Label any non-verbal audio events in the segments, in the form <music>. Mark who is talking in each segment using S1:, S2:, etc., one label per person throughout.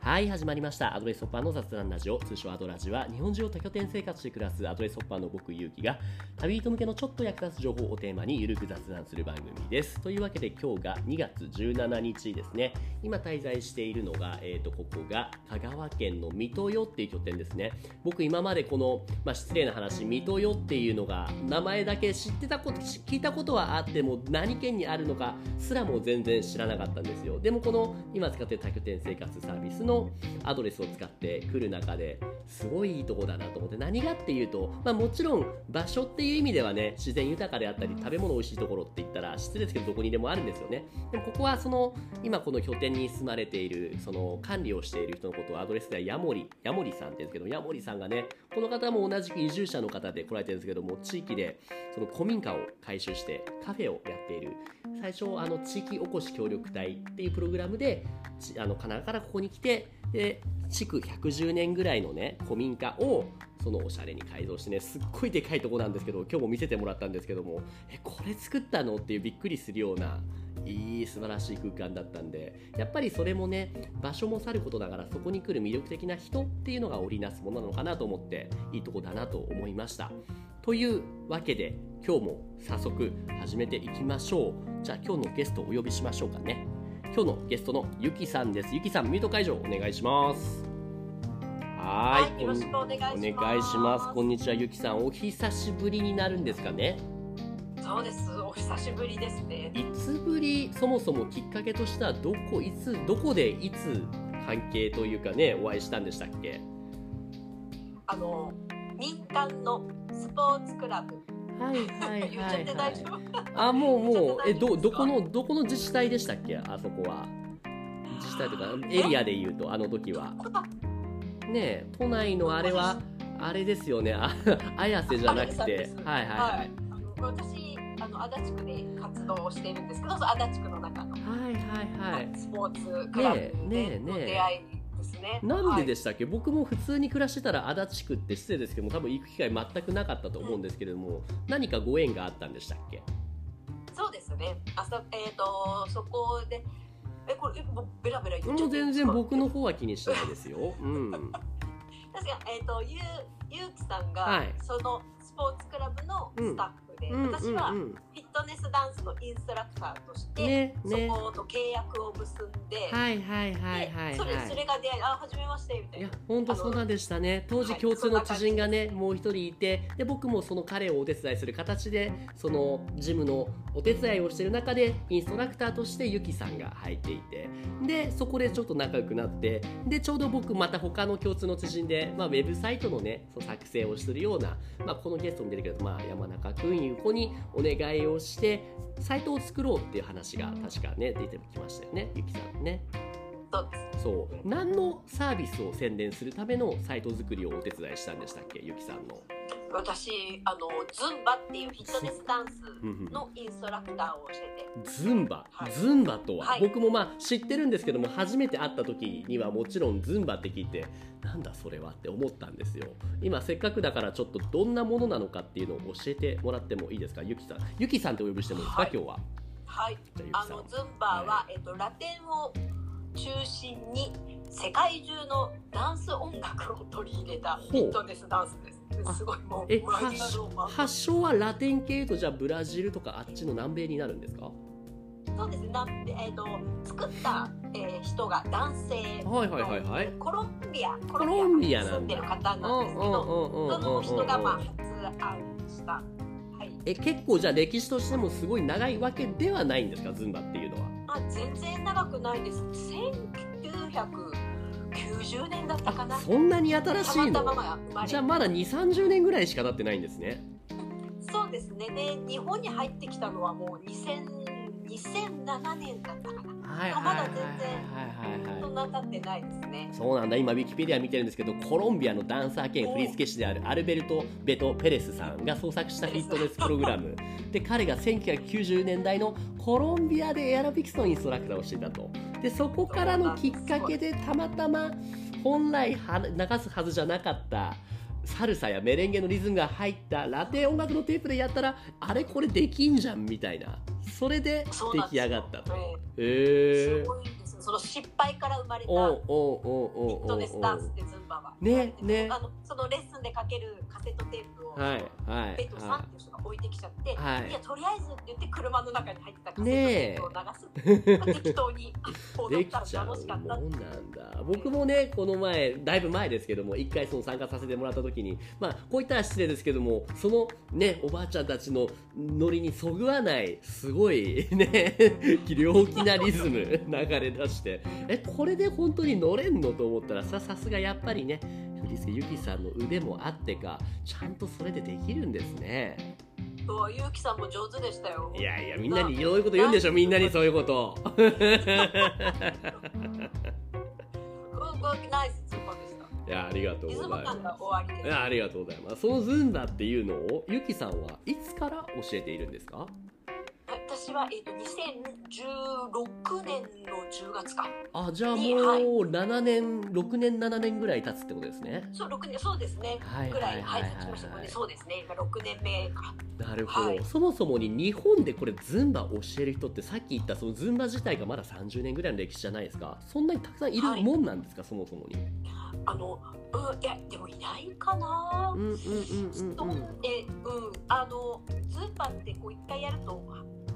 S1: はい始まりましたアドレスホッパーの雑談ラジオ通称アドラジは日本中を多拠点生活して暮らすアドレスホッパーの僕ゆうきが旅人向けのちょっと役立つ情報をテーマにゆるく雑談する番組ですというわけで今日が2月17日ですね今滞在しているのが、えー、とここが香川県の水戸よっていう拠点ですね僕今までこの、まあ、失礼な話水戸よっていうのが名前だけ知ってたことし聞いたことはあっても何県にあるのかすらも全然知らなかったんですよでもこの今使ってる多拠点生活サービスのアドレスを使ってくる中ですごいいいとこだなと思って何がっていうと、まあ、もちろん場所っていう意味ではね自然豊かであったり食べ物美味しいところって言ったら失礼ですけどどこにでもあるんですよねでもここはその今この拠点に住まれているその管理をしている人のことをアドレスではヤモリヤモリさんって言うんですけどヤモリさんがねこの方も同じく移住者の方で来られてるんですけども地域でその古民家を改修してカフェをやっている最初あの地域おこし協力隊っていうプログラムでちあの神奈川からここに来てで築110年ぐらいのね古民家をそのおしゃれに改造してねすっごいでかいとこなんですけど今日も見せてもらったんですけどもえこれ作ったのっていうびっくりするようないい素晴らしい空間だったんでやっぱりそれもね場所もさることながらそこに来る魅力的な人っていうのが織りなすものなのかなと思っていいとこだなと思いましたというわけで今日も早速始めていきましょうじゃあ今日のゲストお呼びしましょうかね今日のゲストのゆきさんですゆきさんミュート解除お願いしますはーい、
S2: はいよろしくお願いします
S1: お願いしますこんにちはゆきさんお久しぶりになるんですかね
S2: そうです。お久しぶりですね。
S1: いつぶりそもそもきっかけとしてはどこいつどこでいつ関係というかねお会いしたんでしたっけ
S2: あの民間のスポーツクラブ、
S1: はいは
S2: 言っちゃって大丈夫？
S1: あもうもうえ
S2: 言っちゃって大丈夫
S1: ど
S2: です
S1: ど
S2: か
S1: このどこの自治体でしたっけあそこは自治体とかエリアで言うとあの時は
S2: ここ
S1: ねえ都内のあれはあれですよねあ綾瀬じゃなく
S2: あれ
S1: て
S2: です
S1: はいはいは
S2: はいい。あの私あの足立区で活動をしているんですけど、その足立区の中の、
S1: はいはいはい
S2: スポーツクラブ
S1: ね
S2: で
S1: えねえねえ
S2: の出会いですね。
S1: なんで
S2: はい
S1: でしたっけ、僕も普通に暮らしてたら足立区って失礼ですけども多分行く機会全くなかったと思うんですけれども、何かご縁があったんでしたっけ
S2: そうですね。あそえっ、とそこでえこれえもうベラベラ言っちゃってい
S1: も
S2: い
S1: 全
S2: うんです
S1: 然
S2: か
S1: 僕の方は気にしないですよ。 <laughs> うん。
S2: 確かえっ、とゆうゆうきさんが、
S1: はい
S2: そのスポーツクラブのスタッフで、
S1: うん
S2: 私は。
S1: うん
S2: フィットネスダンスのインストラクターとして、
S1: ね
S2: そ
S1: ね。
S2: こと契約を結んで、
S1: はいはいはい
S2: で
S1: はい
S2: それ
S1: は
S2: それが出会いあ初めましてみた
S1: い。い
S2: いな
S1: や本当そうなんでしたね当時共通の知人がね、
S2: はい
S1: もう一人いてで僕もその彼をお手伝いする形でそのジムのお手伝いをしてる中でインストラクターとしてゆきさんが入っていてでそこでちょっと仲良くなってでちょうど僕また他の共通の知人で、まあ、ウェブサイトのねそう作成をするような、まあ、このゲストに出てくると、まあ、山中君ゆう子にお願いをしてサイトを作ろうっていう話が確かね出てきましたよねゆきさんね。
S2: そうです
S1: そう何のサービスを宣伝するためのサイト作りをお手伝いしたんでしたっけゆきさんの。
S2: 私あのズンバっていうフィットネスダン
S1: うん
S2: ス
S1: うん
S2: のインストラクターをしてて、
S1: ズンバ、
S2: はい
S1: ズンバとは、
S2: はい
S1: 僕もまあ知ってるんですけども初めて会った時にはもちろんズンバって聞いてなんだそれはって思ったんですよ今せっかくだからちょっとどんなものなのかっていうのを教えてもらってもいいですかゆきさんゆきさんってお呼びしてもいいですか、
S2: はい
S1: 今日は
S2: はい
S1: じゃあ
S2: あ
S1: ゆ
S2: の
S1: き
S2: ズ
S1: さん
S2: ンバは、えっとラテンを中心に世界中のダンス音楽を取り入れたフィットネスダンス
S1: あ
S2: ですすごいもう
S1: え
S2: マリアロマン
S1: 発祥はラテン系とじゃあブラジルとかあっちの南米になるんですかは
S2: そうですね。なんでえっ、と作った、えー人が男性の
S1: いはいはいはい
S2: コロンビアコ
S1: ロンビア
S2: に
S1: な
S2: 住
S1: ん
S2: ん
S1: だ
S2: でる方なんですけど、その人がまあ発案した。はい。
S1: え結構じゃあ歴史としてもすごい長いわけではないんですかズンバっていうのは。
S2: まあ全然長くないです。1990年だったかな。
S1: そんなに新しいの
S2: たまたまが生まれ
S1: じゃあまだ2 3 0年ぐらいしか経ってないんですね。
S2: そうですね。で日本に入ってきたのはもう2000 2007年だったかな。
S1: はい
S2: あまだ全
S1: はいはいはい
S2: そ
S1: はい
S2: んな経ってないですね。
S1: そうなんだ今ウィキペディア見てるんですけどコロンビアのダンサー兼振付師であるアルベルト・ベト・ペレスさんが創作したフィットネスプログラムで彼が1990年代のコロンビアでエアロビクスのインストラクターをしていたとでそこからのきっかけでたまたま本来は流すはずじゃなかったサルサやメレンゲのリズムが入ったラテン音楽のテープでやったらあれこれできんじゃんみたいなそれで
S2: そう
S1: 出
S2: なんです
S1: 来
S2: よ
S1: 上がったと。
S2: えー
S1: へ
S2: す
S1: ー
S2: ごいんですよその失敗から生まれた
S1: おうおうおう
S2: フィ
S1: おうおう
S2: ットネスダンスってズンバは
S1: ねね
S2: あのそのレッスンでかけるカセットテープを、
S1: はいはい
S2: ベッドさんっていう人が置いてきちゃって、
S1: はい
S2: い、やとりあえずって言って車の中に入ってたカセットテープを流す、まあ適当に踊
S1: で
S2: った
S1: きちゃ
S2: ら楽しか
S1: う
S2: った
S1: もんなんだ僕もねこの前だいぶ前ですけども一回その参加させてもらった時にまあこういったら失礼ですけどもそのねおばあちゃんたちのノリにそぐわないすごいね良 <laughs> 気なリズム流れ出してえこれで本当に乗れんのと思ったらささすがやっぱりね振り付けゆきさんの腕もあってかちゃんとそれでできるんですね
S2: そうゆうきさんも上手でしたよ
S1: いやいやみんなにいろいろこと言うんでしょみんなにそういうこと
S2: うんうんナイスツーパーでした
S1: いやありがとう
S2: リズ
S1: ご
S2: ム
S1: ざいます
S2: 感が終わり
S1: い
S2: です
S1: やありがとうございますそのズンバっていうのをゆきさんはいつから教えているんですか
S2: 私は、えっと2016年の10月か
S1: あじゃあもう
S2: いいはい
S1: 7年6年7年ぐらい経つってことですね
S2: そう6年そうですね
S1: はい
S2: ぐ
S1: は
S2: ら
S1: い
S2: い
S1: はい
S2: 配
S1: はい
S2: 信しましたもんね、そうですね今6年目か
S1: なるほど、
S2: はい
S1: そもそもに日本でこれズンバ教える人ってさっき言ったそのズンバ自体がまだ30年ぐらいの歴史じゃないですかそんなにたくさんいる
S2: はい
S1: もんなんですか、そもそもに
S2: あのうんいやでもいないかな
S1: うんうん
S2: どんえうんあのズンバってこう一回やると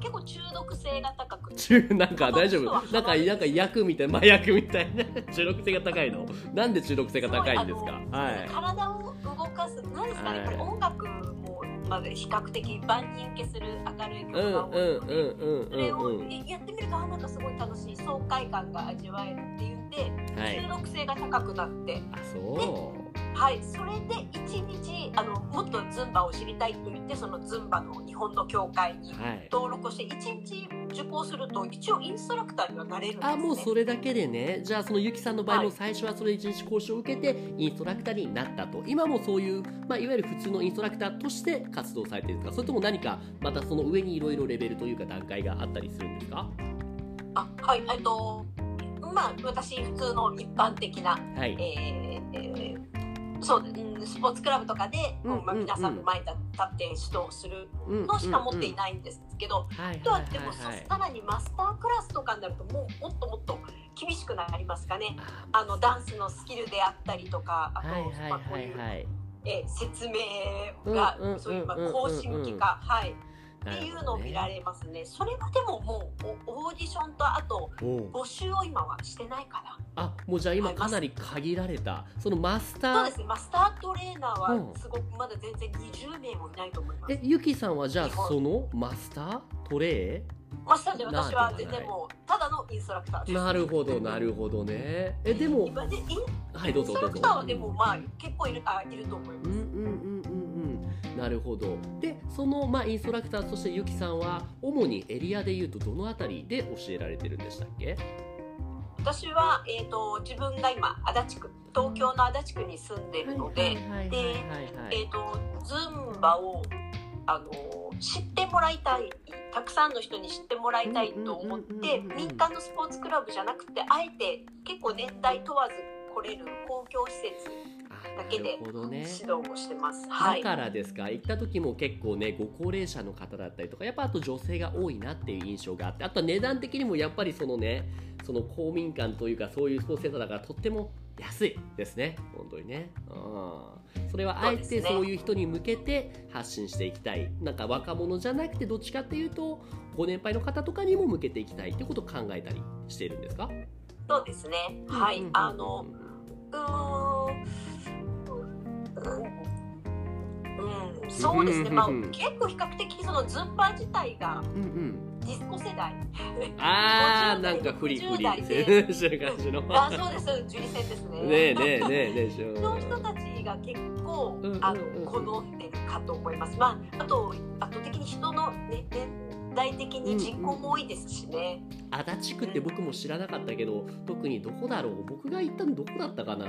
S2: 結構中毒性が高くて
S1: 中なんか大丈夫
S2: <laughs> そうそう
S1: なんかなんか薬みたい麻薬みたいな <laughs> 中毒性が高いのなんで中毒性が高いんですか
S2: すごい
S1: はい
S2: 体を動かす何ですかね、
S1: はい
S2: これ音楽もまあ比較的万人受けする明るい
S1: うん
S2: 曲
S1: う
S2: が多
S1: ん
S2: い
S1: うんうん
S2: ので、そうれを
S1: んうん
S2: えやってみるとあなんかすごい楽しい爽快感が味わえるっていうんで、
S1: はい
S2: 中毒性が高くなって
S1: あそ
S2: はいそれで一日あのもっとズンバを知りたいと言ってそのズンバの日本の協会に
S1: うはい
S2: 登録をして1日受講すると一応インストラクターにはなれるんです、ね、
S1: あもうそれだけでねじゃあそのゆきさんの場合
S2: は
S1: も
S2: い
S1: 最初はそれ一日講習を受けてインストラクターになったと今もそういう、まあ、いわゆる普通のインストラクターとして活動されてるんですかそれとも何かまたその上にいろいろレベルというか段階があったりするんですか
S2: あはいえっとまあ私普通の一般的な、
S1: はい
S2: えーえーそううんスポーツクラブとかで、
S1: うん
S2: まあ、
S1: うん
S2: 皆さんの前に立って指導する
S1: うんうんうん
S2: のしか持っていないんですけど、
S1: はい
S2: あと
S1: は
S2: はいでも
S1: はい
S2: さ
S1: はい
S2: さらにマスタークラスとかになるともうもっともっと厳しくなりますかね。
S1: あ
S2: あのダンスのスキルであったりとかあと、
S1: はい
S2: まあ、
S1: は
S2: こう
S1: いは
S2: い、
S1: いうはい
S2: えー説明が、
S1: うんうん
S2: そういう、まあ
S1: うんうん、
S2: 更新期か、はい、
S1: な
S2: って
S1: る
S2: い
S1: ほ
S2: うの
S1: ど
S2: を見
S1: ね
S2: られますね。それがでももうおオーディションとあと
S1: おう
S2: 募集を今はしてないかな。
S1: あもうじゃあ今かなり限られたそのマスタ
S2: そう
S1: ー
S2: ですね。マスタートレーナー
S1: うん
S2: はすごくまだ全然20名もいないと思います
S1: え。ゆきさんはじゃあ
S2: 日本
S1: そのマスタートレー
S2: マスターで私は全
S1: なる
S2: 然
S1: ほ
S2: もうただのインストラクターです。
S1: なるほどなるほどねえでも
S2: 今でイン
S1: はいどう
S2: イン
S1: ぞど
S2: ストラ
S1: うぞ
S2: クターはでもまあ結構いるあいると思い
S1: うんうん
S2: ます。
S1: うんうんうんなるほどでそのまあインストラクターとしてゆきさんは主にエリアでいうとどのあたりで教えられてるんでしたっけ
S2: 私はえっ、と自分が今足立区東京の足立区に住んでるので、
S1: はいはい
S2: で
S1: は
S2: えっ、とズンバをあの知ってもらいたいたくさんの人に知ってもらいたいと思っ
S1: うんうんう
S2: て
S1: んうんうん
S2: 民間のスポーツクラブじゃなくてあえて結構年代問わず来れる公共施設だ
S1: あ
S2: け
S1: なる
S2: で
S1: ほど
S2: 指
S1: ね
S2: 導をしてます。は
S1: だ
S2: い、
S1: からですか行った時も結構ねご高齢者の方だったりとかやっぱあと女性が多いなっていう印象があってあとは値段的にもやっぱりそのねその公民館というかそういうスポーツセンターだからとっても安いですね本当にね、うん、それはあえ
S2: そう
S1: て
S2: ですね
S1: そういう人に向けて発信していきたいなんか若者じゃなくてどっちかっていうとご年配の方とかにも向けていきたいってことを考えたりしているんですか
S2: そうですね。は
S1: う
S2: い、
S1: んうんうん
S2: あのうーんうん、そうですね、まあ、
S1: うんうんうん
S2: 結構比較的そのズンバ自体が
S1: うんうん
S2: ディスコ世代
S1: あーなんかフリフリ <laughs> してる感じ
S2: <laughs>
S1: の
S2: あそうです樹里線ですね
S1: ねえねえねえねえしょう
S2: の人たちが結構
S1: うんうんうん
S2: あの好んでるかと思います、まあ、あと圧倒的に人の、ね、年代的に人口も多いですしね、
S1: 足立区って僕も知らなかったけど特にどこだろう僕が行ったのどこだったかな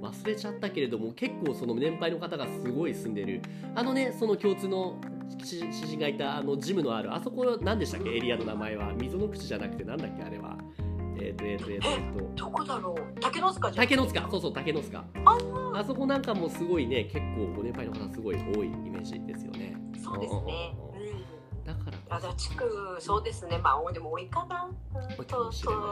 S1: 忘れちゃったけれども結構その年配の方がすごい住んでるあのねその共通の知知人がいたあのジムのあるあそこ何でしたっけエリアの名前は溝の口じゃなくてなんだっけあれはえっ、とえっ、とえっ、とえっと
S2: どこだろう竹の塚じゃん
S1: 竹の塚そうそう竹の塚
S2: あ
S1: あそこなんかもすごいね結構ご年配の方すごい多いイメージですよね
S2: そうですね、
S1: う
S2: うん
S1: だからこ
S2: 足立区そうですねまあおでも多いかな
S1: そ
S2: うん
S1: かもしれない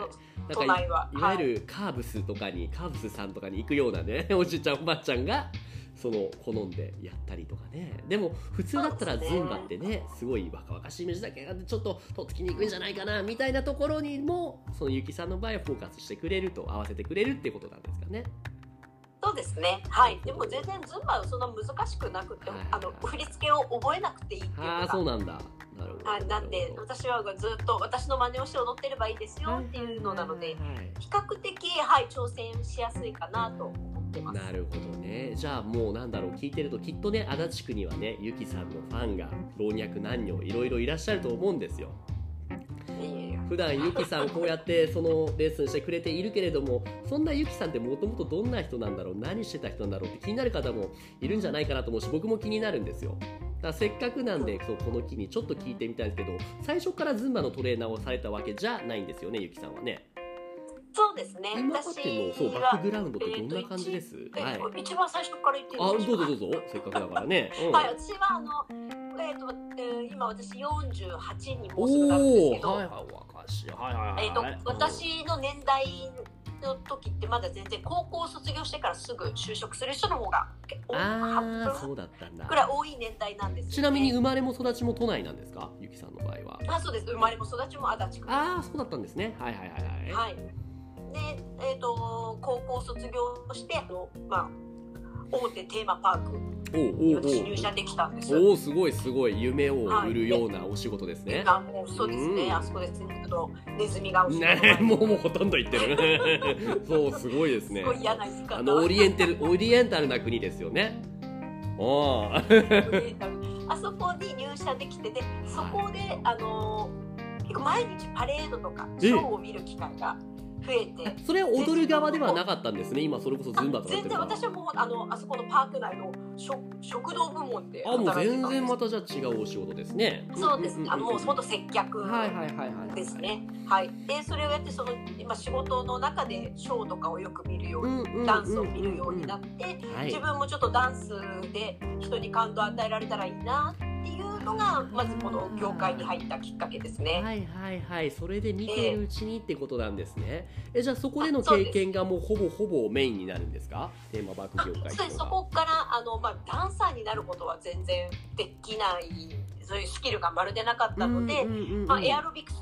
S2: と
S1: なんかい
S2: 都内はい
S1: わゆるカーブスとかに、カーブスさんとかに行くようなね <laughs> おじいちゃんおばあちゃんがその好んでやったりとかねでも普通だったら
S2: そうで
S1: ズ
S2: すね
S1: ンバってねすごい若々しいイメージだけどちょっととっつきにくいんじゃないかなみたいなところにもそのゆきさんの場合はフォーカスしてくれると合わせてくれるってことなんですかね。
S2: そうですねはいでも全然ズンバはそんな難しくなくて、
S1: はい
S2: あの振り付けを覚えなくていいっていうの
S1: あ
S2: が
S1: あそうなんだなるほど
S2: はい、なんで私はずっと私の真似をして踊ってればいいですよっていうのなの
S1: はい
S2: で
S1: はいはい
S2: 比較的はい挑戦しやすいかなと思ってます。
S1: なるほどねじゃあもうなんだろう聞いてるときっとね足立区にはねゆきさんのファンが老若男女いろいろいらっしゃると思うんですよ
S2: いやいや
S1: 普段ゆきさんこうやってそのレッスンしてくれているけれどもそんなゆきさんってもともとどんな人なんだろう何してた人なんだろうって気になる方もいるんじゃないかなと思うし僕も気になるんですよだからせっかくなんでそうこの機にちょっと聞いてみたいんですけど最初からズンバのトレーナーをされたわけじゃないんですよねゆきさんはね
S2: そうですね。
S1: 今ま
S2: 私
S1: でのそうバッ
S2: は
S1: クグラウンドってどんな感じです、
S2: え
S1: はい
S2: ーと一番最初から言って
S1: あどうぞどう
S2: ぞ。
S1: ぞせっかくだからね、うん
S2: はい、私はあの、えーとえー今私48にも
S1: お
S2: うすぐなるんです
S1: お
S2: けど、
S1: はいはい若しいはいはいはい
S2: えー、と私の年代の時ってまだ全然高校を卒業してからすぐ就職する人の方が結構半
S1: ああ
S2: 分
S1: そうだったんだ
S2: くらい多い年代なんです、ね、
S1: ちなみに生まれも育ちも都内なんですかゆきさんの場合は
S2: あそうです生まれも育ちも足立区です
S1: ああそうだったんですねはいはいはいはい
S2: はいでえー、と高校卒業してあの、まあ、大手テーマパーク
S1: おう
S2: に
S1: おう
S2: 私入社できたんです
S1: おうおうすごいすごい夢を売るようなお仕事ですね、
S2: あもうそうですね、
S1: うん
S2: あそこですねあのネズミがおし
S1: ねもうもうほとんど言ってる <laughs> そうすごいですね
S2: すごい嫌な言い方
S1: あのオリエンテルオリエンタルな国ですよねあ
S2: <laughs>
S1: あ
S2: <laughs> あそこに入社できてでそこであの結構毎日パレードとか
S1: え
S2: ショーを見る機会が増えて
S1: それは踊る側ではなかったんですね今それこそズンバ
S2: あ
S1: とかやっ
S2: 全
S1: てる
S2: 然
S1: から
S2: 私はもうあのあそこのパーク内の食食堂部門で
S1: あもう
S2: 働いて
S1: 全
S2: たんです
S1: 然またじゃあ違うお仕事ですね。
S2: そうですね、あのもう
S1: そ
S2: 本当接客
S1: はいはいはいはい。
S2: です。ねはい、でそれをやってその今仕事の中でショーとかをよく見るように、
S1: んうん
S2: ダンスを見るようになって、
S1: はい
S2: 自。分もちょっとダンスで人に感動を与えられたらいいなっていうのがまずこの業界に入ったきっかけですね。
S1: はいはいはい。それで見てるうちにってことなんですね。えじゃあそこでの経験がもうほぼほぼメインになるんですか？テーマバッ
S2: あ
S1: ク業界
S2: そうですそこからあの、まあ、ダンサーになることは全然できないそういうスキルがまるでなかったので、まあ、エア
S1: ロ
S2: ロビクス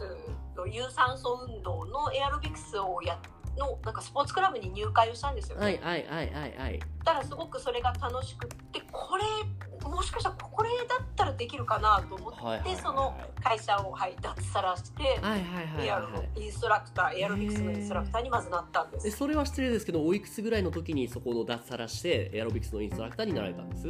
S2: の有酸素運動のエアロビクスをやのなんかスポーツクラブに入会をしたんですよね。
S1: はいはいはいはいはい。
S2: だからすごくそれが楽しくってこれもしかしたらこれだったらできるかなと思って、
S1: はいはいはいはい
S2: その会社を、はい、脱サラして、
S1: はいはいはい
S2: エアロ
S1: は
S2: の
S1: い。
S2: インストラクターエアロビクスのインストラクターにまずなったんで
S1: え
S2: す。
S1: それは失礼ですけどおいくつぐらいの時にそこの脱サラしてエアロビクスのインストラクターになられたんです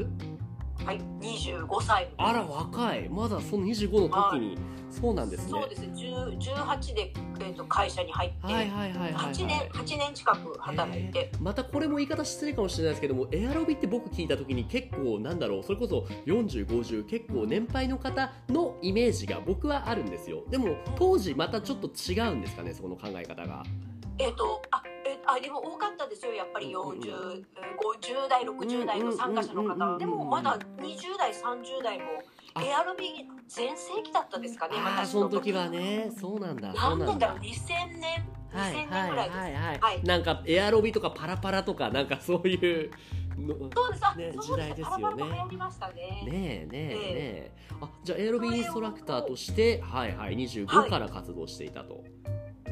S2: はい、25歳
S1: あら若いまだその25の時にそうなんですね
S2: そうですね10 18で、えー、と会社に入って、
S1: はいはいはいはい、はい、
S2: 8年8年近く働いて、
S1: またこれも言い方失礼かもしれないですけどもエアロビって僕聞いた時に結構なんだろうそれこそ4050結構年配の方のイメージが僕はあるんですよでも当時またちょっと違うんですかねそこの考え方が
S2: えっ、とあえーあでも多かったですよやっぱり
S1: うんうんうん
S2: 4050代60代の参加者の
S1: うんうんうんうんうん
S2: 方でもまだ20代30代も
S1: あ
S2: エアロビ全盛期だったですかね
S1: ああ
S2: 私
S1: その
S2: の
S1: 時はねそうなんだそう
S2: 何
S1: な
S2: 年
S1: ん
S2: だろう
S1: だ
S2: 2000年
S1: はい
S2: 2000
S1: は
S2: 年
S1: い
S2: ぐらいです、
S1: はいはい、
S2: はい
S1: なんかエアロビとかパラパラとかなんかそういうの
S2: そうですあ、
S1: ね
S2: そう
S1: 時代です
S2: パ
S1: よ
S2: ラ
S1: ね
S2: パラも流行りましたね
S1: ねえねえね
S2: え
S1: えあじゃあエアロビインストラクターとしてはいはい
S2: は
S1: 25
S2: い
S1: から活動していたと、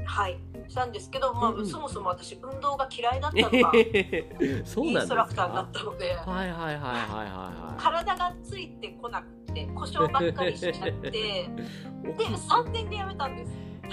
S2: はいしたんですけど、まあ
S1: うんうん
S2: そもそも私運動が嫌い
S1: <laughs>
S2: だったのが
S1: そう
S2: イ
S1: な
S2: ン
S1: んです
S2: ストラクターにな
S1: か
S2: ったの
S1: は
S2: で
S1: いはいはいはいは
S2: 体がついてこなくて故障ばっかりしちゃっ
S1: <laughs>
S2: てで
S1: いはい。
S2: 3年でやめたんです
S1: え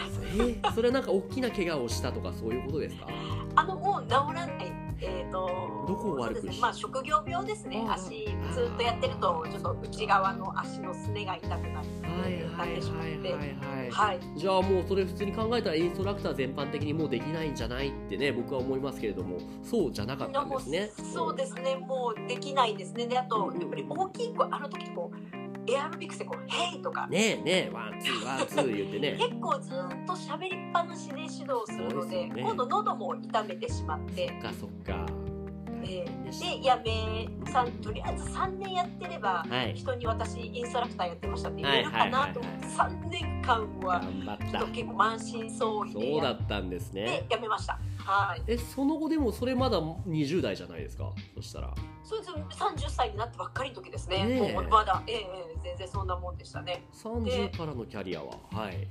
S1: ーそれはなんか大きな怪我をしたとかそういうことですか？
S2: あのもう治らないえっ、と
S1: どこを悪くし
S2: そうですねまあ職業病ですね
S1: うん
S2: 足ずっとやってるとちょっと内側の足のすねが痛くなって
S1: はい
S2: な
S1: は
S2: っ
S1: い
S2: てしまっ
S1: はい
S2: て
S1: はいは
S2: はい
S1: い。じゃあもうそれ普通に考えたらインストラクター全般的にもうできないんじゃないってね僕は思いますけれどもそうじゃなかったんですね。
S2: そうですね、もうできないですね。で、あと、やっぱり大きい声、あの時こう、エアロビクスでこう、ヘイとか、
S1: ねえねえワンツーワンツー言ってね。
S2: 結構ずっと喋りっぱなしで指導する
S1: そう
S2: の
S1: です
S2: で、
S1: よね
S2: 今度喉も痛めてしまって、
S1: そっかそっか。
S2: えーでやめさんとりあえず3年やってれば
S1: はい
S2: 人に私インストラクターやってましたって言えるかなと思って3年間は
S1: 頑張っ
S2: ちょっと
S1: た
S2: 結構満身創痍で
S1: そうだ
S2: やっ
S1: ったんですね
S2: てやめましたはい
S1: えその後でもそれまだ20代じゃないですかそしたら
S2: それで30歳になってばっかりの時ですね
S1: ねえ
S2: もうまだ、ええええ全然そんなもんでしたね
S1: 30からのキャリアははい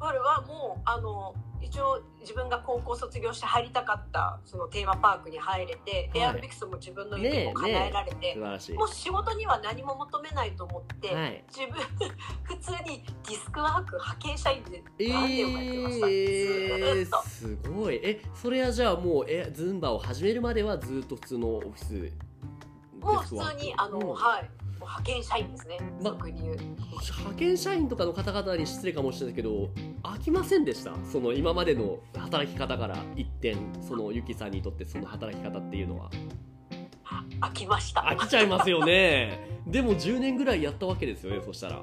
S2: 我はもうあの一応自分が高校卒業して入りたかったそのテーマパークに入れて、
S1: はい
S2: エアロビクスも自分の夢も叶えられて、
S1: 素晴らしい
S2: もう仕事には何も求めないと思って、
S1: はい
S2: 自分 <laughs> 普通にディスクワーク派遣社員で
S1: え
S2: 何年もやってました、
S1: ー、
S2: ずーっと
S1: すごいえそれはじゃあもうえズンバを始めるまではずっと普通のオフィスデ
S2: もう
S1: スク
S2: 普
S1: ワー
S2: 通
S1: ク
S2: にあの、
S1: うん
S2: はいもう派遣社員ですね
S1: ま
S2: 俗に言う、
S1: 派遣社員とかの方々に失礼かもしれないけど飽きませんでしたその今までの働き方から一点そのゆきさんにとってその働き方っていうのは
S2: 飽きました
S1: 飽きちゃいますよねでも10年ぐらいやったわけですよねそしたら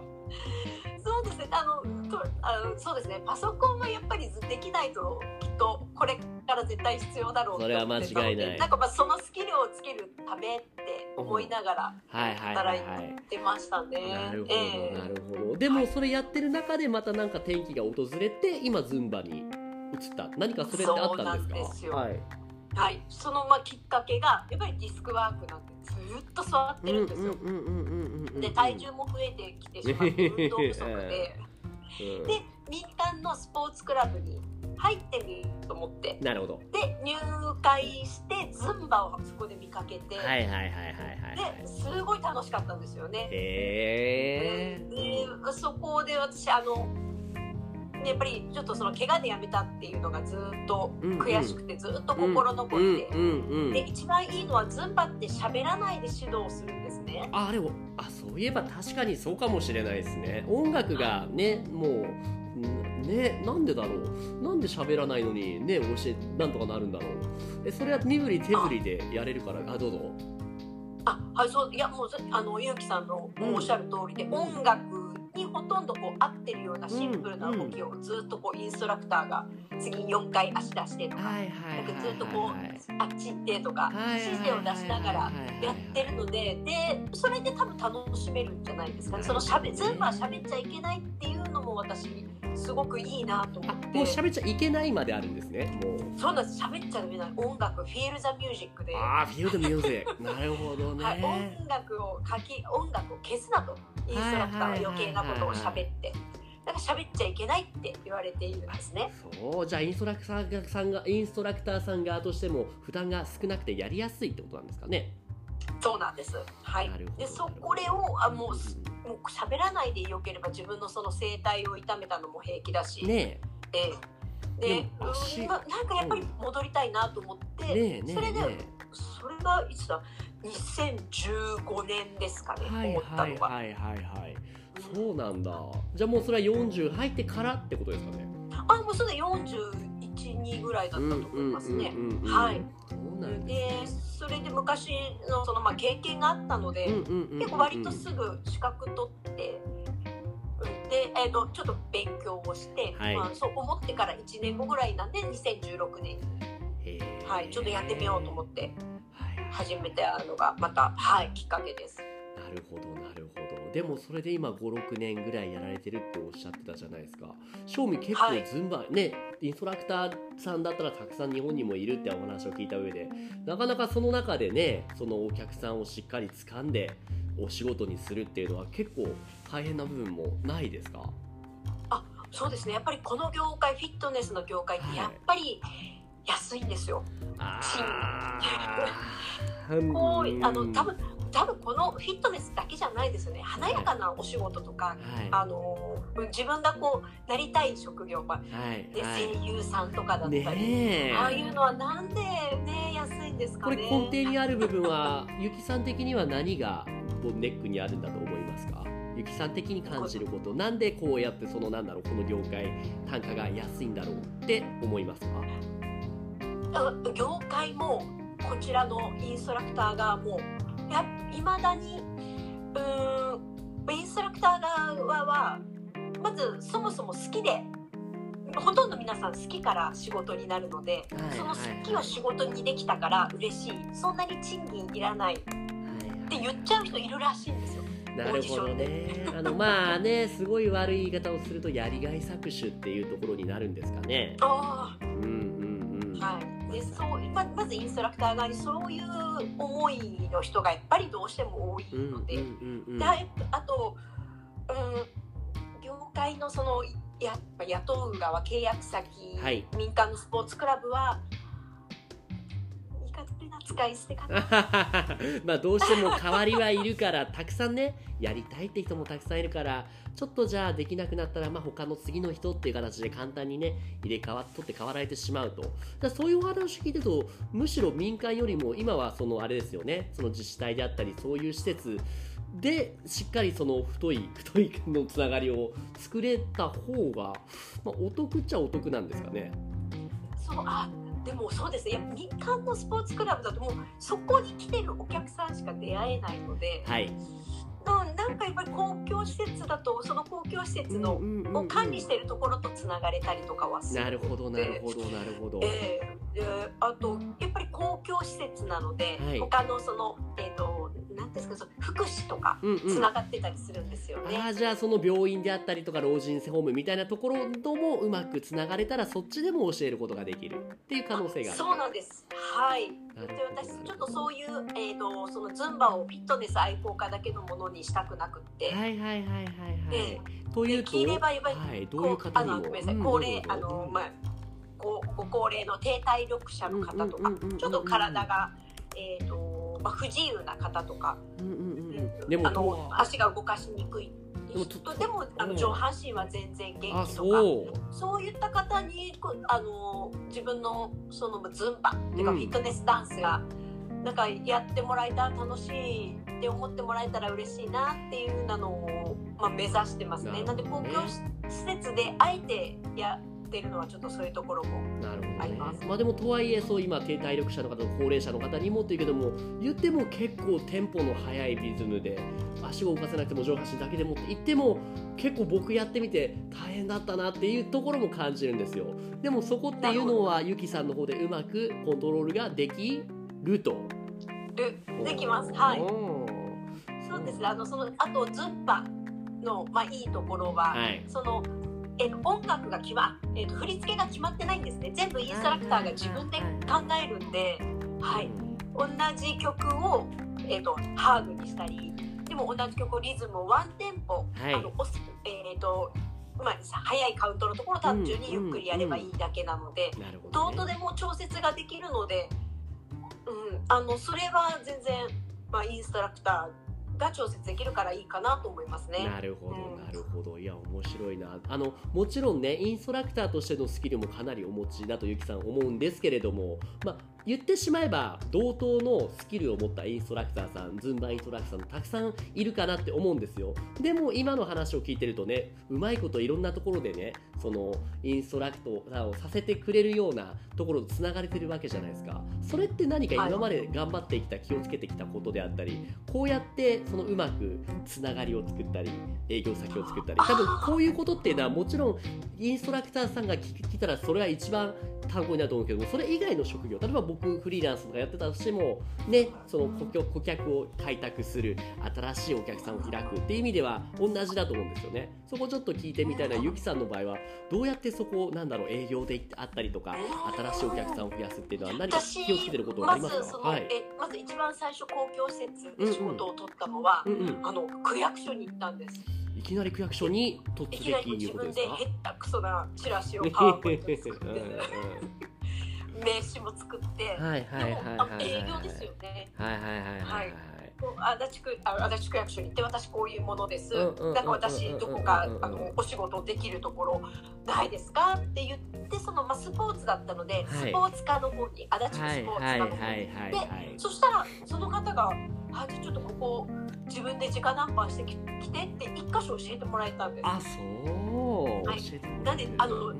S2: そうですね。あの、と、あの、そうですね。パソコンはやっぱりできないと、きっとこれから絶対必要だろうと思ってたので。
S1: それは間違いない
S2: なんか、まあ、そのスキルをつけるためって思いながら
S1: はいはいはい
S2: 働い
S1: はい
S2: てましたね。
S1: なるほど
S2: ええ
S1: なるほどでもそれやってる中でまたなんか転機が訪れて今ズンバに移った何かそれってあったんですか
S2: そうなんですよ
S1: はい
S2: はい。そのまあきっかけが、やっぱりディスクワークなんてずっと座ってるんですよ。
S1: うんうんうんうんうんうん
S2: で体重も増えてきてしまって運動不
S1: <laughs>
S2: 足で
S1: うん
S2: で民間のスポーツクラブに入ってみようと思って
S1: なるほど
S2: で入会してズンバをそこで見かけて、
S1: はいはいはいはいはいはい
S2: ですごい楽しかったんですよね。
S1: へ
S2: でそこで私あのやっぱりちょっとその怪我でやめたっていうのがずっと悔しくてずっと心残りで,、
S1: うんうんう
S2: で
S1: ん、
S2: 一番いいのはズンバって喋らないで指導するんですね。
S1: あれあそういえば確かにそうかもしれないですね音楽がねもうんねなんでだろうなんで喋らないのにね教えなんとかなるんだろうえそれは身振り手振りでやれるからあどうぞ
S2: あはいそういやもうそあのゆうきさんのおっしゃる通りで、
S1: うん
S2: 音楽にほとんどこう合ってるようなシンプルな動きをずっとこうインストラクターが次4回足出してとか、
S1: いは
S2: なんかずっとこうあっち行ってとか
S1: はい
S2: 指示を出しながらやってるのででそれで多分楽しめるんじゃないですかねそのしゃべ全部は喋っちゃいけないっていうのも私すごくいいなと思
S1: あ
S2: っ
S1: もう
S2: て
S1: 喋っちゃいけないまであるんですねもう
S2: そうなんです喋っちゃダメなの音楽フィール・ザ・ミュージックで、は
S1: ああフィールドミュージ
S2: <laughs>
S1: ックなるほどね、
S2: い、音楽を書き音楽を消すなとインストラクターは余計なことを喋ってだから喋っちゃいけないって言われているんですね。
S1: そうじゃあインストラクターさんがインストラクターさん側としても負担が少なくてやりやすいってことなんですかね。
S2: そうなんです、はい
S1: なるほ、ど
S2: でそこれをあもうす
S1: う
S2: もう喋らないでよければ自分のその声帯を痛めたのも平気だし、
S1: んね
S2: ええで
S1: でも足
S2: うんななんかやっぱり戻りたいなと思っ
S1: え
S2: て、
S1: ねえねえ
S2: それで
S1: ね
S2: それがいつだ2015年ですか
S1: え
S2: ね、
S1: はい
S2: 思った
S1: は
S2: の
S1: い
S2: が、
S1: はいはいはい
S2: うん
S1: そうなんだじゃあもうそれは40入ってからってことですかね。
S2: あもうそれ412ぐらいだったと思いますね。
S1: うんうん
S2: はい
S1: そうなん
S2: でそれで昔のそのまあ経験があったので、結
S1: 結
S2: 構割とすぐ資格取って。うんでえー、とちょっと勉強をして、
S1: はい
S2: まあ、そう思ってから1年後ぐらいなんで2016年に、はい、ちょっとやってみようと思
S1: っ。
S2: ってて
S1: はいはい
S2: 始めたのがまたはいきっかけです。
S1: なるほどなるほどでもそれで今56年ぐらいやられてるっておっしゃってたじゃないですか正味結構
S2: はい
S1: ズンバ、ねインストラクターさんだったらたくさん日本にもいるってお話を聞いた上でなかなかその中でねそのお客さんをしっかり掴んでお仕事にするっていうのは結構大変な部分もないですか
S2: そうですね。やっぱりこの業界フィットネスの業界ってやっぱり安いんですよ。
S1: ー
S2: こうあ
S1: う
S2: の
S1: ん
S2: 多分多分このフィットネスだけじゃないですよね。華やかなお仕事とか。あ
S1: は
S2: の自分がこうなりたい職業、まあ
S1: いはい
S2: ね
S1: は
S2: 声優さんとかだっ
S1: い
S2: たり、
S1: ねえ
S2: ああいうのはなんでね安いんですか
S1: これ
S2: ね。
S1: 根底にある部分はゆきさん的には何がこうネックにあるんだと思いますかゆきさん的に感じることなんでこうやってそのなんだろうこの業界単価が安いんだろうって思いますか
S2: うん業界もこちらのインストラクターがもうやいまだにうーんインストラクター側はまずそもそも好きでほとんど皆さん好きから仕事になるので、
S1: はい
S2: その
S1: はい
S2: 好きを仕事にできたから嬉しいそんなに賃金いらないって
S1: はい
S2: 言っちゃう人いるらしいんですよ。
S1: なるほどね。あのまあね、すごい悪い言い方をするとやりがい搾取っていうところになるんですかね。
S2: あ
S1: うんうんうん。
S2: ーはい、でそうままずインストラクター側にそういう思いの人がやっぱりどうしても多い
S1: うんうん
S2: ので、
S1: うんうん。
S2: でああと、うん、業界のそのや雇う側契約先、
S1: はい
S2: 民間のスポーツクラブは。いかつな使い捨てかな。
S1: <laughs> まあどうしても代わりはいるからたくさんねやりたいって人もたくさんいるからちょっとじゃあできなくなったらまあ他の次の人っていう形で簡単にね入れ替わっとって変わられてしまうとだからそういうお話聞いてるとむしろ民間よりも今はそのあれですよねその自治体であったりそういう施設でしっかりその太い太いのつながりを作れた方が、まあ、お得っちゃお得なんですかね。 <laughs>
S2: そうあでもそうですねやっぱ民間のスポーツクラブだともうそこに来てるお客さんしか出会えないので、
S1: はい、
S2: うん、なんかやっぱり公共施設だとその公共施設の、
S1: うんうんうんう
S2: を
S1: ん
S2: 管理してるところとつながれたりとかはする
S1: なるほどなるほどなるほど。
S2: ええであとやっぱり公共施設なので、
S1: はい
S2: 他のそのえっ、と何ですかその福祉とか
S1: うんうん
S2: つながってたりするんですよね。
S1: ああじゃあその病院であったりとか老人ホームみたいなところともうまくつながれたらそっちでも教えることができるっていう可能性がある
S2: そうなんです。はい。
S1: なる
S2: で
S1: ほど
S2: 私ちょっとそういうえっ、とそのズンバをフィットネス愛好家だけのものにしたくなくって、
S1: はいはいはいはいはい、
S2: え
S1: という
S2: で
S1: と
S2: 聞いればやばい
S1: はい、どういう
S2: こう
S1: 方
S2: あ
S1: にも
S2: のごめんなさい
S1: うん
S2: 高齢
S1: ど
S2: あ
S1: うぞ
S2: のまあごご高齢の低体力者の方と
S1: う
S2: か
S1: んうんうんうんうんうん
S2: ちょっと体がえっ、とまあ不自由な方とか。
S1: うんうんうんうんで
S2: で
S1: も
S2: もあの足が動かしにくい
S1: でも
S2: 人
S1: ちょっ
S2: と
S1: と
S2: でもあ
S1: う
S2: の
S1: ん
S2: 上半身は全然元気と
S1: あ
S2: かそう
S1: そう
S2: いった方にこあの自分のそのズンバっていうか
S1: うん
S2: フィットネスダンスが、なんかやってもらえたら楽しいって思ってもらえたら嬉しいなっていうふうなのを、まあ、目指してますね。
S1: なる
S2: なんで
S1: ほど
S2: 公
S1: ね
S2: 共施設であえてやってるのはちょっとそういうところも
S1: なるほ
S2: あ
S1: ど
S2: り
S1: ね
S2: ます
S1: まあでもとはいえそう今低体力者の方と高齢者の方にもっていうけども言っても結構テンポの速いリズムで足を動かせなくても上半身だけでもって言っても結構僕やってみて大変だったなっていうところも感じるんですよでもそこっていうのはゆきさんの方でうまくコントロールができると
S2: るできます。はい
S1: おー
S2: そうですね。あのそのあとズンバのまあいいところは、
S1: はい
S2: そのえっと音楽が決まえっと振り付けが決まってないんですね。全部インストラクターが自分で考えるんで、はい。同じ曲をえっとハードにしたり、でも同じ曲をリズムをワンテンポ、
S1: はい
S2: あのおすえっとまあさ早いカウントのところを単純にゆっくりやればいいだけなので、
S1: なるほ
S2: ど
S1: ど、
S2: う
S1: ね、
S2: とでも調節ができるので、うん、あのそれは全然、まあ、インストラクターが調節できるからいいかなと思いますね。
S1: なるほど
S2: うん
S1: なるほどいや面白いなあのもちろんねインストラクターとしてのスキルもかなりお持ちだとゆきさん思うんですけれどもまあ言ってしまえば同等のスキルを持ったインストラクターさんズンバインストラクターさんたくさんいるかなって思うんですよでも今の話を聞いてるとねうまいこといろんなところでねそのインストラクターをさせてくれるようなところとつながれてるわけじゃないですかそれって何か今まで頑張ってきた気をつけてきたことであったりこうやってそのうまくつながりを作ったり営業先を作ったり多分こういうことっていうのはもちろんインストラクターさんが聞聞いたらそれは一番単語になると思うけどもそれ以外の職業例えば僕フリーランスとかやってたとしてもねその顧客顧客を開拓する新しいお客さんを開くっていう意味では同じだと思うんですよねそこちょっと聞いてみたいなゆきさんの場合はどうやってそこをなんだろう営業であったりとか新しいお客さんを増やすっていうのは何か
S2: 私
S1: 気をつけてることはあ
S2: ま
S1: ります
S2: ず
S1: か
S2: その、
S1: はい
S2: えまず一番最初公共施設で仕事を取ったのは、
S1: うんうん、
S2: あの区役所に行ったんです
S1: いきなり区役所に突
S2: い
S1: 撃
S2: きなり
S1: いう
S2: 自
S1: ことで
S2: 分
S1: す
S2: で
S1: か
S2: ヘったクソなチラシをパワーポイン
S1: <laughs>
S2: トで作っ
S1: うん
S2: て名刺も作って、
S1: はいはいはい
S2: で
S1: はい
S2: も
S1: は
S2: あ
S1: い
S2: 営業ですよね
S1: はいはいはいはいはい
S2: 足立区あ足立区役所に行って私こういうものです
S1: うんうんうんうんうんうん
S2: なんか私どこかあのお仕事できるところないですかって言ってその、まあ、スポーツだったので、スポーツ科の方に足立区
S1: は
S2: ス
S1: い
S2: ポーツ
S1: はい
S2: 科の方に、
S1: はいはいはい
S2: そしたらその方が「あじゃあちょっとここ自分で直談判してき来て」って一箇所教えてもらえたんです。
S1: あそう、
S2: はい
S1: 教えてもら
S2: な
S1: える
S2: んで
S1: んだ
S2: あの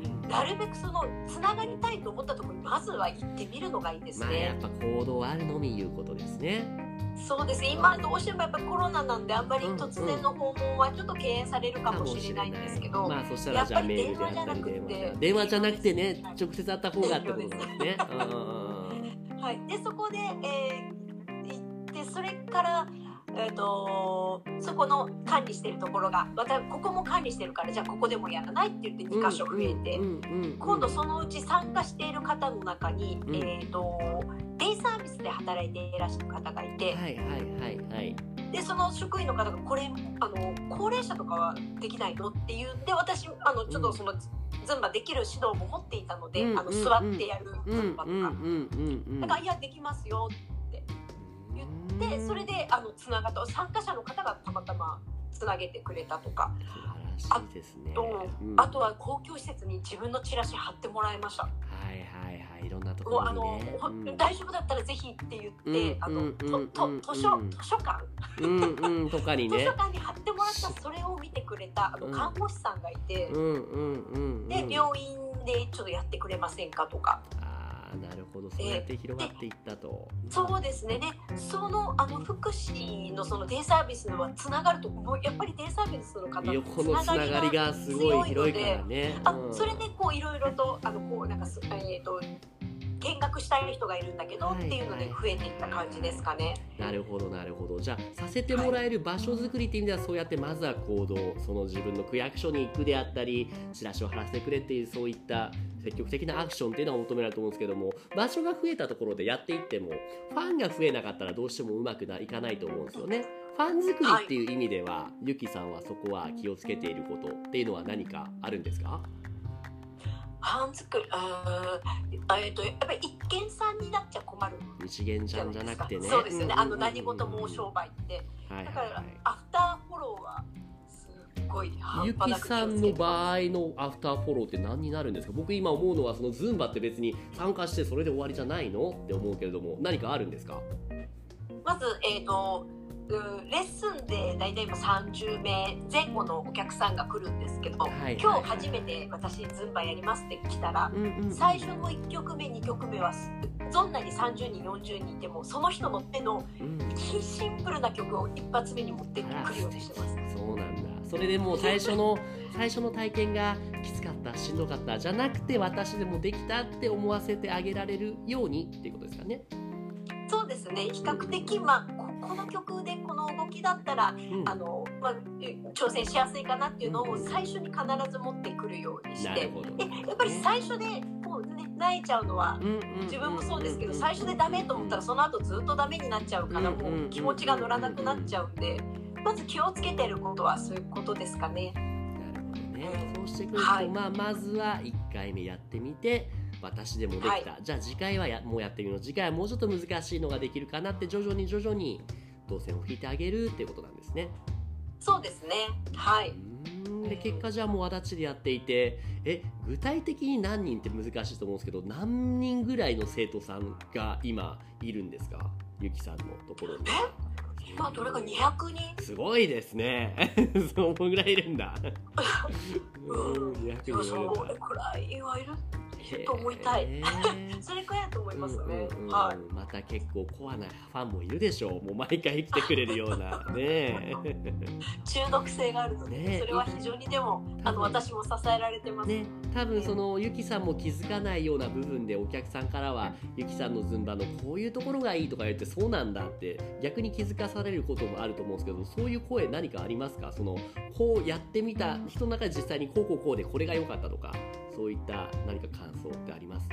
S2: なるべくそのつながりたいと思ったところにまずは行ってみるのがいいです
S1: まあやっ
S2: ね。
S1: ぱ行動あるのみいうことですね
S2: そうです今どうしてもやっぱコロナなんであんまり突然の訪問はちょっと敬遠されるかもしれないんですけど、
S1: まあそしたらじゃあメールであったり電話じゃ電話じゃなくてね直接会った方がってことですね。
S2: はいでそこで、えー、行ってそれからえーと、とそこの管理してるところがまたここも管理してるからじゃあここでもやらないって言って2箇所増えて、今度そのうち参加している方の中に、うん、えーと、とデイサービスで働いていらっしゃる方がいて。
S1: はいはいはいはい
S2: でその職員の方がこれあの高齢者とかはできないのって言って私あのちょっとその、うんズンバできる指導も持っていたので、あの座ってやるズンバとか、だからいやできますよって言ってでそれであのつながった参加者の方がたまたまつなげてくれたとか。
S1: 素晴らしいですね、
S2: うん、あとは公共施設に自分のチラシ貼ってもらいましたはい
S1: はいはいいろんなところに、ね、
S2: あの、うん、大丈夫だったらぜひって言って、うん、あの、とと図書図書館
S1: うんうんとかにね
S2: 図書館に貼ってもらったそれを見てくれたあの看護師さんがいて、で病院でちょっとやってくれませんかとか
S1: なるほどそうやって広がっていったと、
S2: そうですねでそのあの福祉のそのデイサービスはつながるともやっぱりデイサービスの方の
S1: つながりがすごい広いからね、
S2: うん、あそれでこういろいろとあのこうなんかえっ、ー、と見学したい人がいるんだけどっていうので増えていった感じですかね。
S1: なるほどなるほどじゃあさせてもらえる場所づくりっていう意味では、はい、そうやってまずは行動その自分の区役所に行くであったりチラシを貼らせてくれっていうそういった積極的なアクションっていうのは求められると思うんですけども場所が増えたところでやっていってもファンが増えなかったらどうしてもうまくいかないと思うんですよね。ファン作りっていう意味では、はい、ゆきさんはそこは気をつけていることっていうのは何かあるんですか
S2: パン作り、えっと、やっぱり一見さんになっちゃ困る
S1: ゃ。一元ちゃんじゃなくてね。
S2: そうですよね、あの何事も商売って。だから、アフターフォローは。
S1: ゆきさんの場合のアフターフォローって何になるんですか僕今思うのはそのズンバって別に参加してそれで終わりじゃないのって思うけれども何かあるんですか
S2: まず、えーと、とレッスンで大体今30名前後のお客さんが来るんですけど、今日初めて私ズンバやりますって来たら、最初の1曲目2曲目はどんなに30人40人いてもその人の手のシンプルな曲を一発目に持ってくるようにしてます。
S1: うん、そうなんだそれでもう最初の最初の体験がきつかったしんどかったじゃなくて私でもできたって思わせてあげられるようにっていうことですかね。
S2: そうですね比較的、まあ、この曲でこの動きだったら、うん、あのまあ、挑戦しやすいかなっていうのを最初に必ず持ってくるようにして、やっぱり最初でこう、ね、慣れちゃうのは、自分もそうですけど最初でダメと思ったらその後ずっとダメになっちゃうから、もう気持ちが乗らなくなっちゃうんで、まず気をつけてることはそういうことですかね。
S1: なるほどねそうしてくると、はい、まあ、まずは1回目やってみて私でもできた、はい、じゃあ次回はやもうやってみるの次回はもうちょっと難しいのができるかなって徐々に徐々に動線を引いてあげるっていうことなんですね。
S2: そうですねはい
S1: で結果じゃあもう足立でやっていてえ具体的に何人って難しいと思うんですけど何人ぐらいの生徒さんが今いるんですかゆきさんのところに。
S2: 今どれか200人
S1: すごいですね <laughs> そのぐらいいるんだ
S2: うん200人それくらいはいると思いたい。それくらい <laughs> と思いますね。はい。
S1: また結構コアなファンもいるでしょう。もう毎回来てくれるようなね。
S2: 中毒性があるので、ね、それは非常にでもあの私も支えられてます。ね、
S1: 多分そのゆきさんも気づかないような部分でお客さんからはゆきさんのズンバのこういうところがいいとか言ってそうなんだって逆に気づかされることもあると思うんですけど、そういう声何かありますか？そのこうやってみた人の中で実際にこうこうこうでこれが良かったとか。そういった何か感想ってあります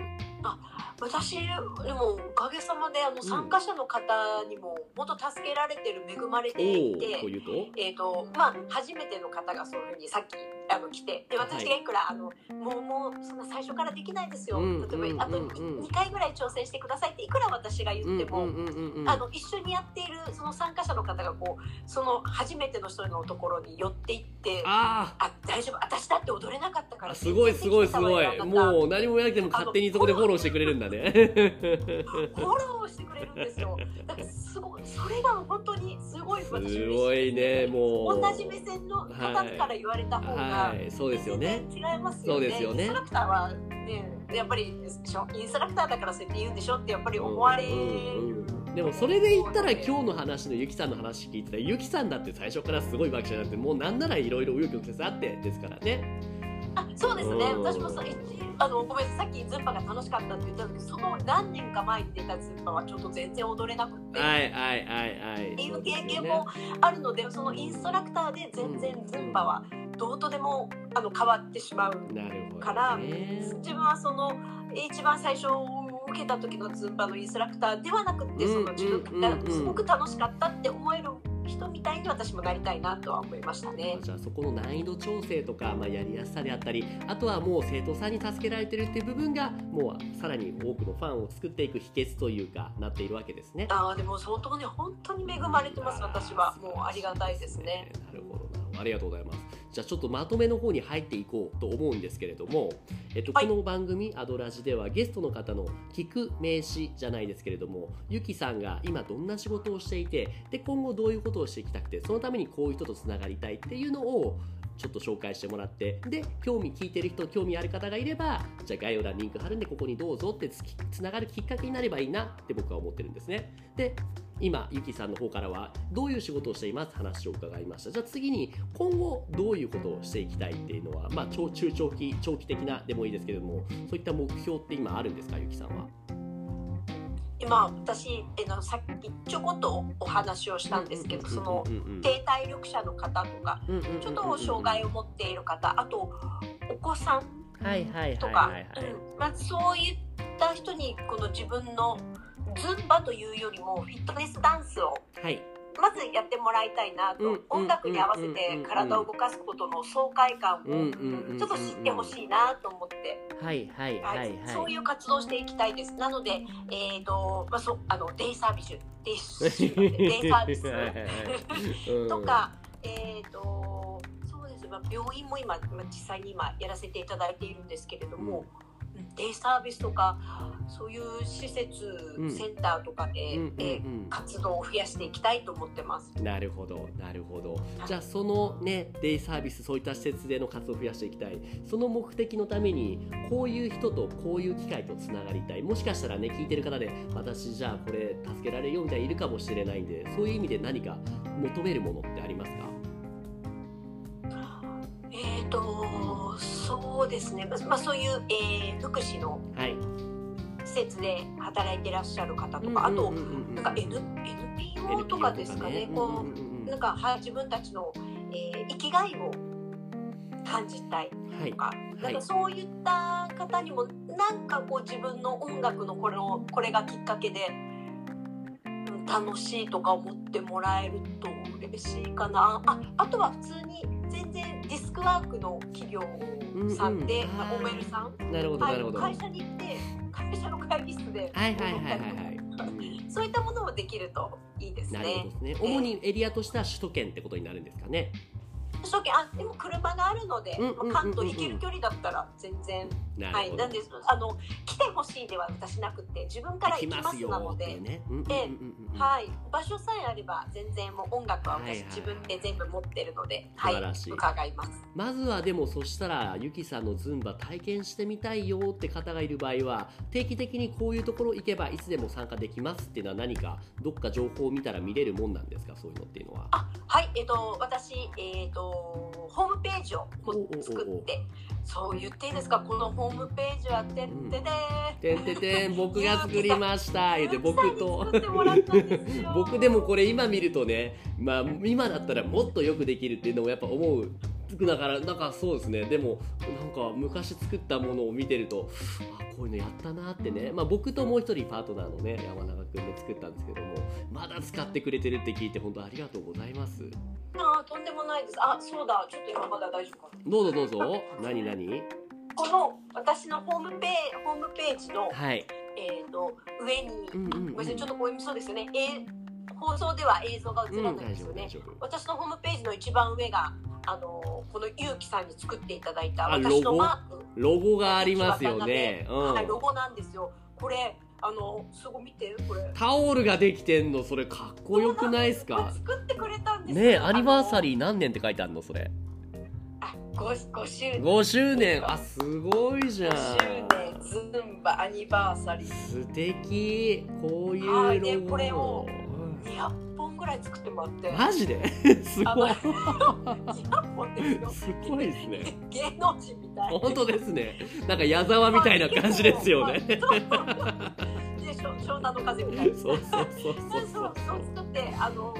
S2: あ私でもおかげさまであの参加者の方にももっと助けられてる恵まれていて、うん、
S1: うと
S2: えーとまあ、初めての方がそういうふうにさっきあの来てで私がいくら、はい、あのもうもうそんな最初からできないですよ、例えばあと 2, 2回ぐらい挑戦してくださいっていくら私が言っても、あの一緒にやっているその参加者の方がこうその初めての人のところに寄っていって
S1: あ
S2: あ大丈夫私だって踊れなかったから
S1: すごいすごいすごいもう何もやなくても勝手にそこでフォローしてくれるんだね
S2: フォローしてくれるんですよだからすごいそれが本当にすご
S1: <laughs>
S2: い
S1: すごいねも
S2: う同じ目線の方から言われた方が、はいはいから、
S1: はい、そうですよね。
S2: 全然違いますよね
S1: そうですよね
S2: インストラクターはねやっぱりでしょインストラクターだからそうやって言うんでしょってやっぱり思われる、
S1: うんうんでもそれで言ったら今日の話のゆきさんの話聞いてたらゆきさんだって最初からすごい爆笑になってもうなんならいろいろ紆余曲折あってですからね。
S2: あそうですね、
S1: うん
S2: 私もそういあのごめんなさいさっきズンパが楽しかったって言ったんだけどその何年か前に出たズンパはちょっと全然踊れなくて、
S1: はいはいはいはい。
S2: っていう経験もあるのでそのインストラクターで全然ズンパはどうとでもあの変わってしまう
S1: なるほど、ね。
S2: から自分はその一番最初受けた時のズンパのインストラクターではなくって
S1: うん
S2: その自
S1: うん
S2: 分
S1: う
S2: が
S1: んうん
S2: すごく楽しかったって思える人みたいに私もなりたいなとは思いましたね。
S1: じゃあそこの難易度調整とか、まあ、やりやすさであったりあとはもう生徒さんに助けられてるっていう部分がもうさらに多くのファンを作っていく秘訣というかなっているわけですね。
S2: あーでも相当ね本当に恵まれてます私はもうありがたいですね。。
S1: なるほどなありがとうございます。じゃあちょっとまとめの方に入っていこうと思うんですけれども、えっと、
S2: はい
S1: この番組「アドラジ」ではゲストの方の聞く名詞じゃないですけれどもゆきさんが今どんな仕事をしていてで今後どういうことをしていきたくてそのためにこういう人とつながりたいっていうのをちょっと紹介してもらってで興味聞いてる人興味ある方がいればじゃあ概要欄にリンク貼るんでここにどうぞってつきつながるきっかけになればいいなって僕は思ってるんですね。で今ゆきさんの方からはどういう仕事をしていますって話を伺いましたじゃあ次に今後どういうことをしていきたいっていうのはまあ長中長期長期的なでもいいですけれどもそういった目標って今あるんですかゆきさんは
S2: 今私えーのさっきちょこっとお話をしたんですけどその低体力者の方とかちょっと障害
S1: を
S2: を持っている方あとお子さん
S1: はいはい
S2: と
S1: はい
S2: か
S1: はい、
S2: うんまあ、そういった人にこの自分のズンバというよりもフィットネスダンスを
S1: はい
S2: まずやってもらいたいなと、
S1: うん
S2: 音楽に合わせ
S1: うんうん
S2: て
S1: うん
S2: 体を動かすことの爽快感
S1: うんうん
S2: を
S1: うんうん
S2: ちょっと知ってほしいなと思って、
S1: はいはい
S2: は
S1: はいいはい
S2: そういう活動をしていきたいですなので、えーとまあ、そうあのデイサービスデ
S1: <laughs>
S2: イサービス
S1: うん
S2: とか、えー、とそうですねまあ病院も今まあ実際に今やらせていただいているんですけれども、うんデイサービスとかそういう施設、
S1: うん
S2: センターとかで、
S1: うんうんう
S2: え
S1: ん
S2: ー活動を増やしていきたいと思ってます。
S1: なるほどなるほど
S2: はい
S1: じゃあそのねデイサービスそういった施設での活動を増やしていきたいその目的のためにこういう人とこういう機会とつながりたいもしかしたらね聞いてる方で私じゃあこれ助けられるよみたいないるかもしれないんでそういう意味で何か求めるものってありますか
S2: えー、とそうですね、ままあ、そういう、えー福祉の
S1: はい
S2: 施設で働いていらっしゃる方とか、あとなんか N NPO とかですかねこうなんか、はい、自分たちの、えー生きがいを感じたい
S1: はい
S2: とか、なんかそういった方にもなんかこう自分の音楽のこれをこれがきっかけでうん楽しいとか思ってもらえると嬉しいかなああとは普通に全然ディスクワークの企業さんで、
S1: うんうん
S2: まあ、OL さん、
S1: なるほどなるほど
S2: は、
S1: はいい
S2: 会社に行って会社の会議室で
S1: はいはいはいはい
S2: そういったものもできるといいです
S1: なるほ
S2: ね
S1: ど。ですね主にエリアとしては首都圏ってことになるんですかね
S2: 首都圏あでも車があるので、
S1: うんうんうんうん
S2: まあ関東行ける距離だったら全然
S1: なる
S2: は
S1: ほ
S2: い、
S1: ど
S2: なんですあの来てほしいでは私なくて自分から行きますなので、
S1: ね。
S2: ええ
S1: は
S2: はい、場所さえあれば全然もう音楽は
S1: はい
S2: 私
S1: はい
S2: 自分で全部持ってるので、はい
S1: 素晴らしい
S2: 伺います。
S1: まずはでもそしたらゆきさんのズンバ体験してみたいよって方がいる場合は定期的にこういうところ行けばいつでも参加できますっていうのは何かどっか情報を見たら見れるもんなんですかそういうのっていうのは。
S2: あはい、えっ、と私えっ、とホームページをも作って
S1: おおおお
S2: そう言っていいですかこのホームページはてって
S1: て
S2: で
S1: んてんてん僕が作りました言うて僕と <laughs>
S2: 作ってもらったんですよ
S1: 僕でもこれ今見るとねまあ今だったらもっとよくできるっていうのもやっぱ思うだからなんかそうですねでもなんか昔作ったものを見てるとあこういうのやったなってねまあ僕ともう一人パートナーのね山中君で作ったんですけどもまだ使ってくれてるって聞いて本当ありがとうございます
S2: あとんでもないですあそうだちょっと今まだ大丈夫かな
S1: どうぞどうぞ何何
S2: この私のホームペホームページの、
S1: はい
S2: えー、と上に、
S1: うんうんうん
S2: ごめんなさいちょっとこうそうですよね、えー放送では映像が映
S1: うん
S2: ら
S1: 大
S2: ないで
S1: 丈
S2: すよ
S1: 夫
S2: ね、
S1: 大丈夫
S2: 私のホームページの一番上があのーこのゆうきさんに作っていただいた
S1: あ
S2: 私
S1: ロ
S2: の
S1: ゴ
S2: マーク
S1: ロゴがありますよねう
S2: はい、ロ
S1: ん
S2: ゴなんですよこれあのすごい見てこれ
S1: タオルができてんのそれかっこよくないです
S2: これ
S1: か
S2: 作ってくれたんです
S1: ねえアニバーサ
S2: ー
S1: リー何年って書いてあるのそれ
S2: 5, 5周年
S1: 5周年あすごいじゃん
S2: 5周年ズンバアニバーサリー
S1: 素敵こういうロゴ、
S2: はいでこれを200本ぐらい作ってもらって
S1: うんマジ
S2: <laughs>
S1: です
S2: あ
S1: ご
S2: の
S1: い
S2: 200本ですよ
S1: <laughs> すごいですね
S2: 芸能人みたい
S1: 本当ですねなんか矢沢みたいな感じですよね
S2: そうそうそうでしょ湘南の風みたいな
S1: そうそうそう
S2: そ
S1: そううそう
S2: そうそう作ってあの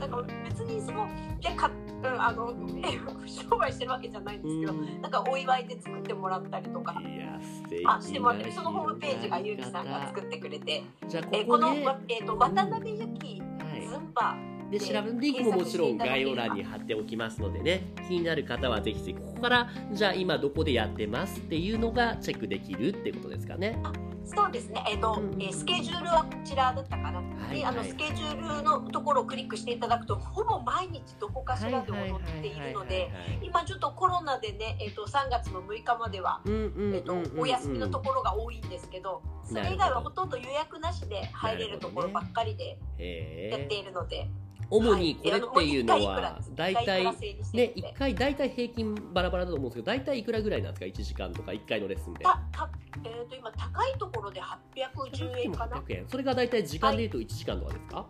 S2: なんか別にそのいやか、うん、あのえ商売してるわけじゃないんですけど、
S1: うん
S2: なんかお祝いで作ってもらったりとか。
S1: いや素敵
S2: あしてもらってそのホームページがゆうきさんが作ってくれて、
S1: じゃあこ
S2: えこ
S1: こ
S2: の
S1: で、
S2: わえーと渡辺ゆきズ
S1: は
S2: ンバ
S1: い、で調べてリンクももちろん概要欄に貼っておきますのでね気になる方はぜひぜひここからじゃあ今どこでやってますっていうのがチェックできるってことですかね
S2: そうですねえっ、と、
S1: うん
S2: えースケジュールはこちらだったかな、
S1: はい
S2: であの
S1: はい
S2: スケジュールのところをクリックしていただくとほぼ毎日どこかしらで踊っているので今ちょっとコロナでね、えー、と3月の6日まではえっとお休みのところが多いんですけど、それ以外はほとんど予約なしで入れるところばっかりでやっているので、
S1: 主にこれっていうのは
S2: 一
S1: 大
S2: 回いくら
S1: 体
S2: 制にして
S1: ね
S2: るので
S1: 1回大体平均バラバラだと思うんですけど大体いくらぐらいなんですか1時間とか1回のレッスンで。
S2: たたえっと今高いところで810円かな。
S1: 800円それが大体時間でいうと1時間とかですか、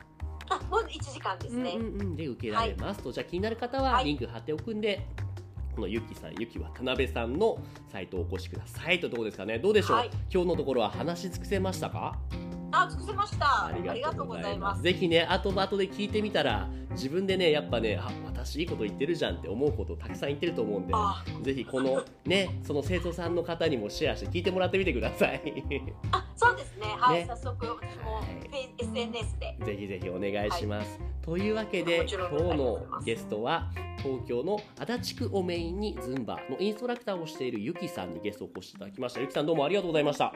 S2: あもう1時間ですね。
S1: うんうんうん、で受けられますと、じゃあ気になる方は
S2: はい
S1: リンク貼っておくんで、このゆきさんゆき渡辺さんのサイトをお越しくださいというところですかねどうでしょう、
S2: はい
S1: 今日のところは話し尽くせましたか
S2: あ尽くせました。ありがとうございます。
S1: ぜひね後々で聞いてみたら自分でねやっぱねあ私いいこと言ってるじゃんって思うことたくさん言ってると思うんで
S2: あ
S1: ぜひこのねその生徒さんの方にもシェアして聞いてもらってみてください
S2: あそうですね。はい、
S1: ね
S2: 早速私も
S1: はい
S2: フェイ SNS で。
S1: ぜひぜひお願いします。というわけで
S2: もちろ
S1: 今
S2: ん
S1: 日のゲストは東京の足立区をメインにズンバのインストラクターをしているゆきさんにゲストをお越しいただきました。ゆきさんどうもありがとうございました。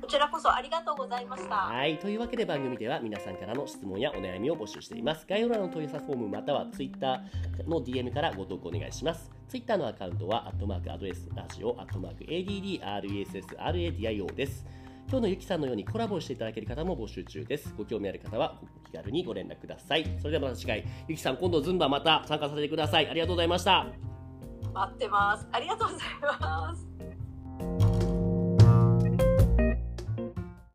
S2: こちらこそありがとうございました。
S1: はい。というわけで番組では皆さんからの質問やお悩みを募集しています。概要欄の問い合わせフォームまたは Twitter の DM からご投稿お願いします。Twitter のアカウントは、アットマークアドレスラジオ、アットマーク ADDRESSRADIO です。今日のゆきさんのようにコラボしていただける方も募集中です。ご興味ある方はお気軽にご連絡ください。それではまた次回、ゆきさん今度ズンバまた参加させてください。ありがとうございました。
S2: 待ってます。ありがとうございます。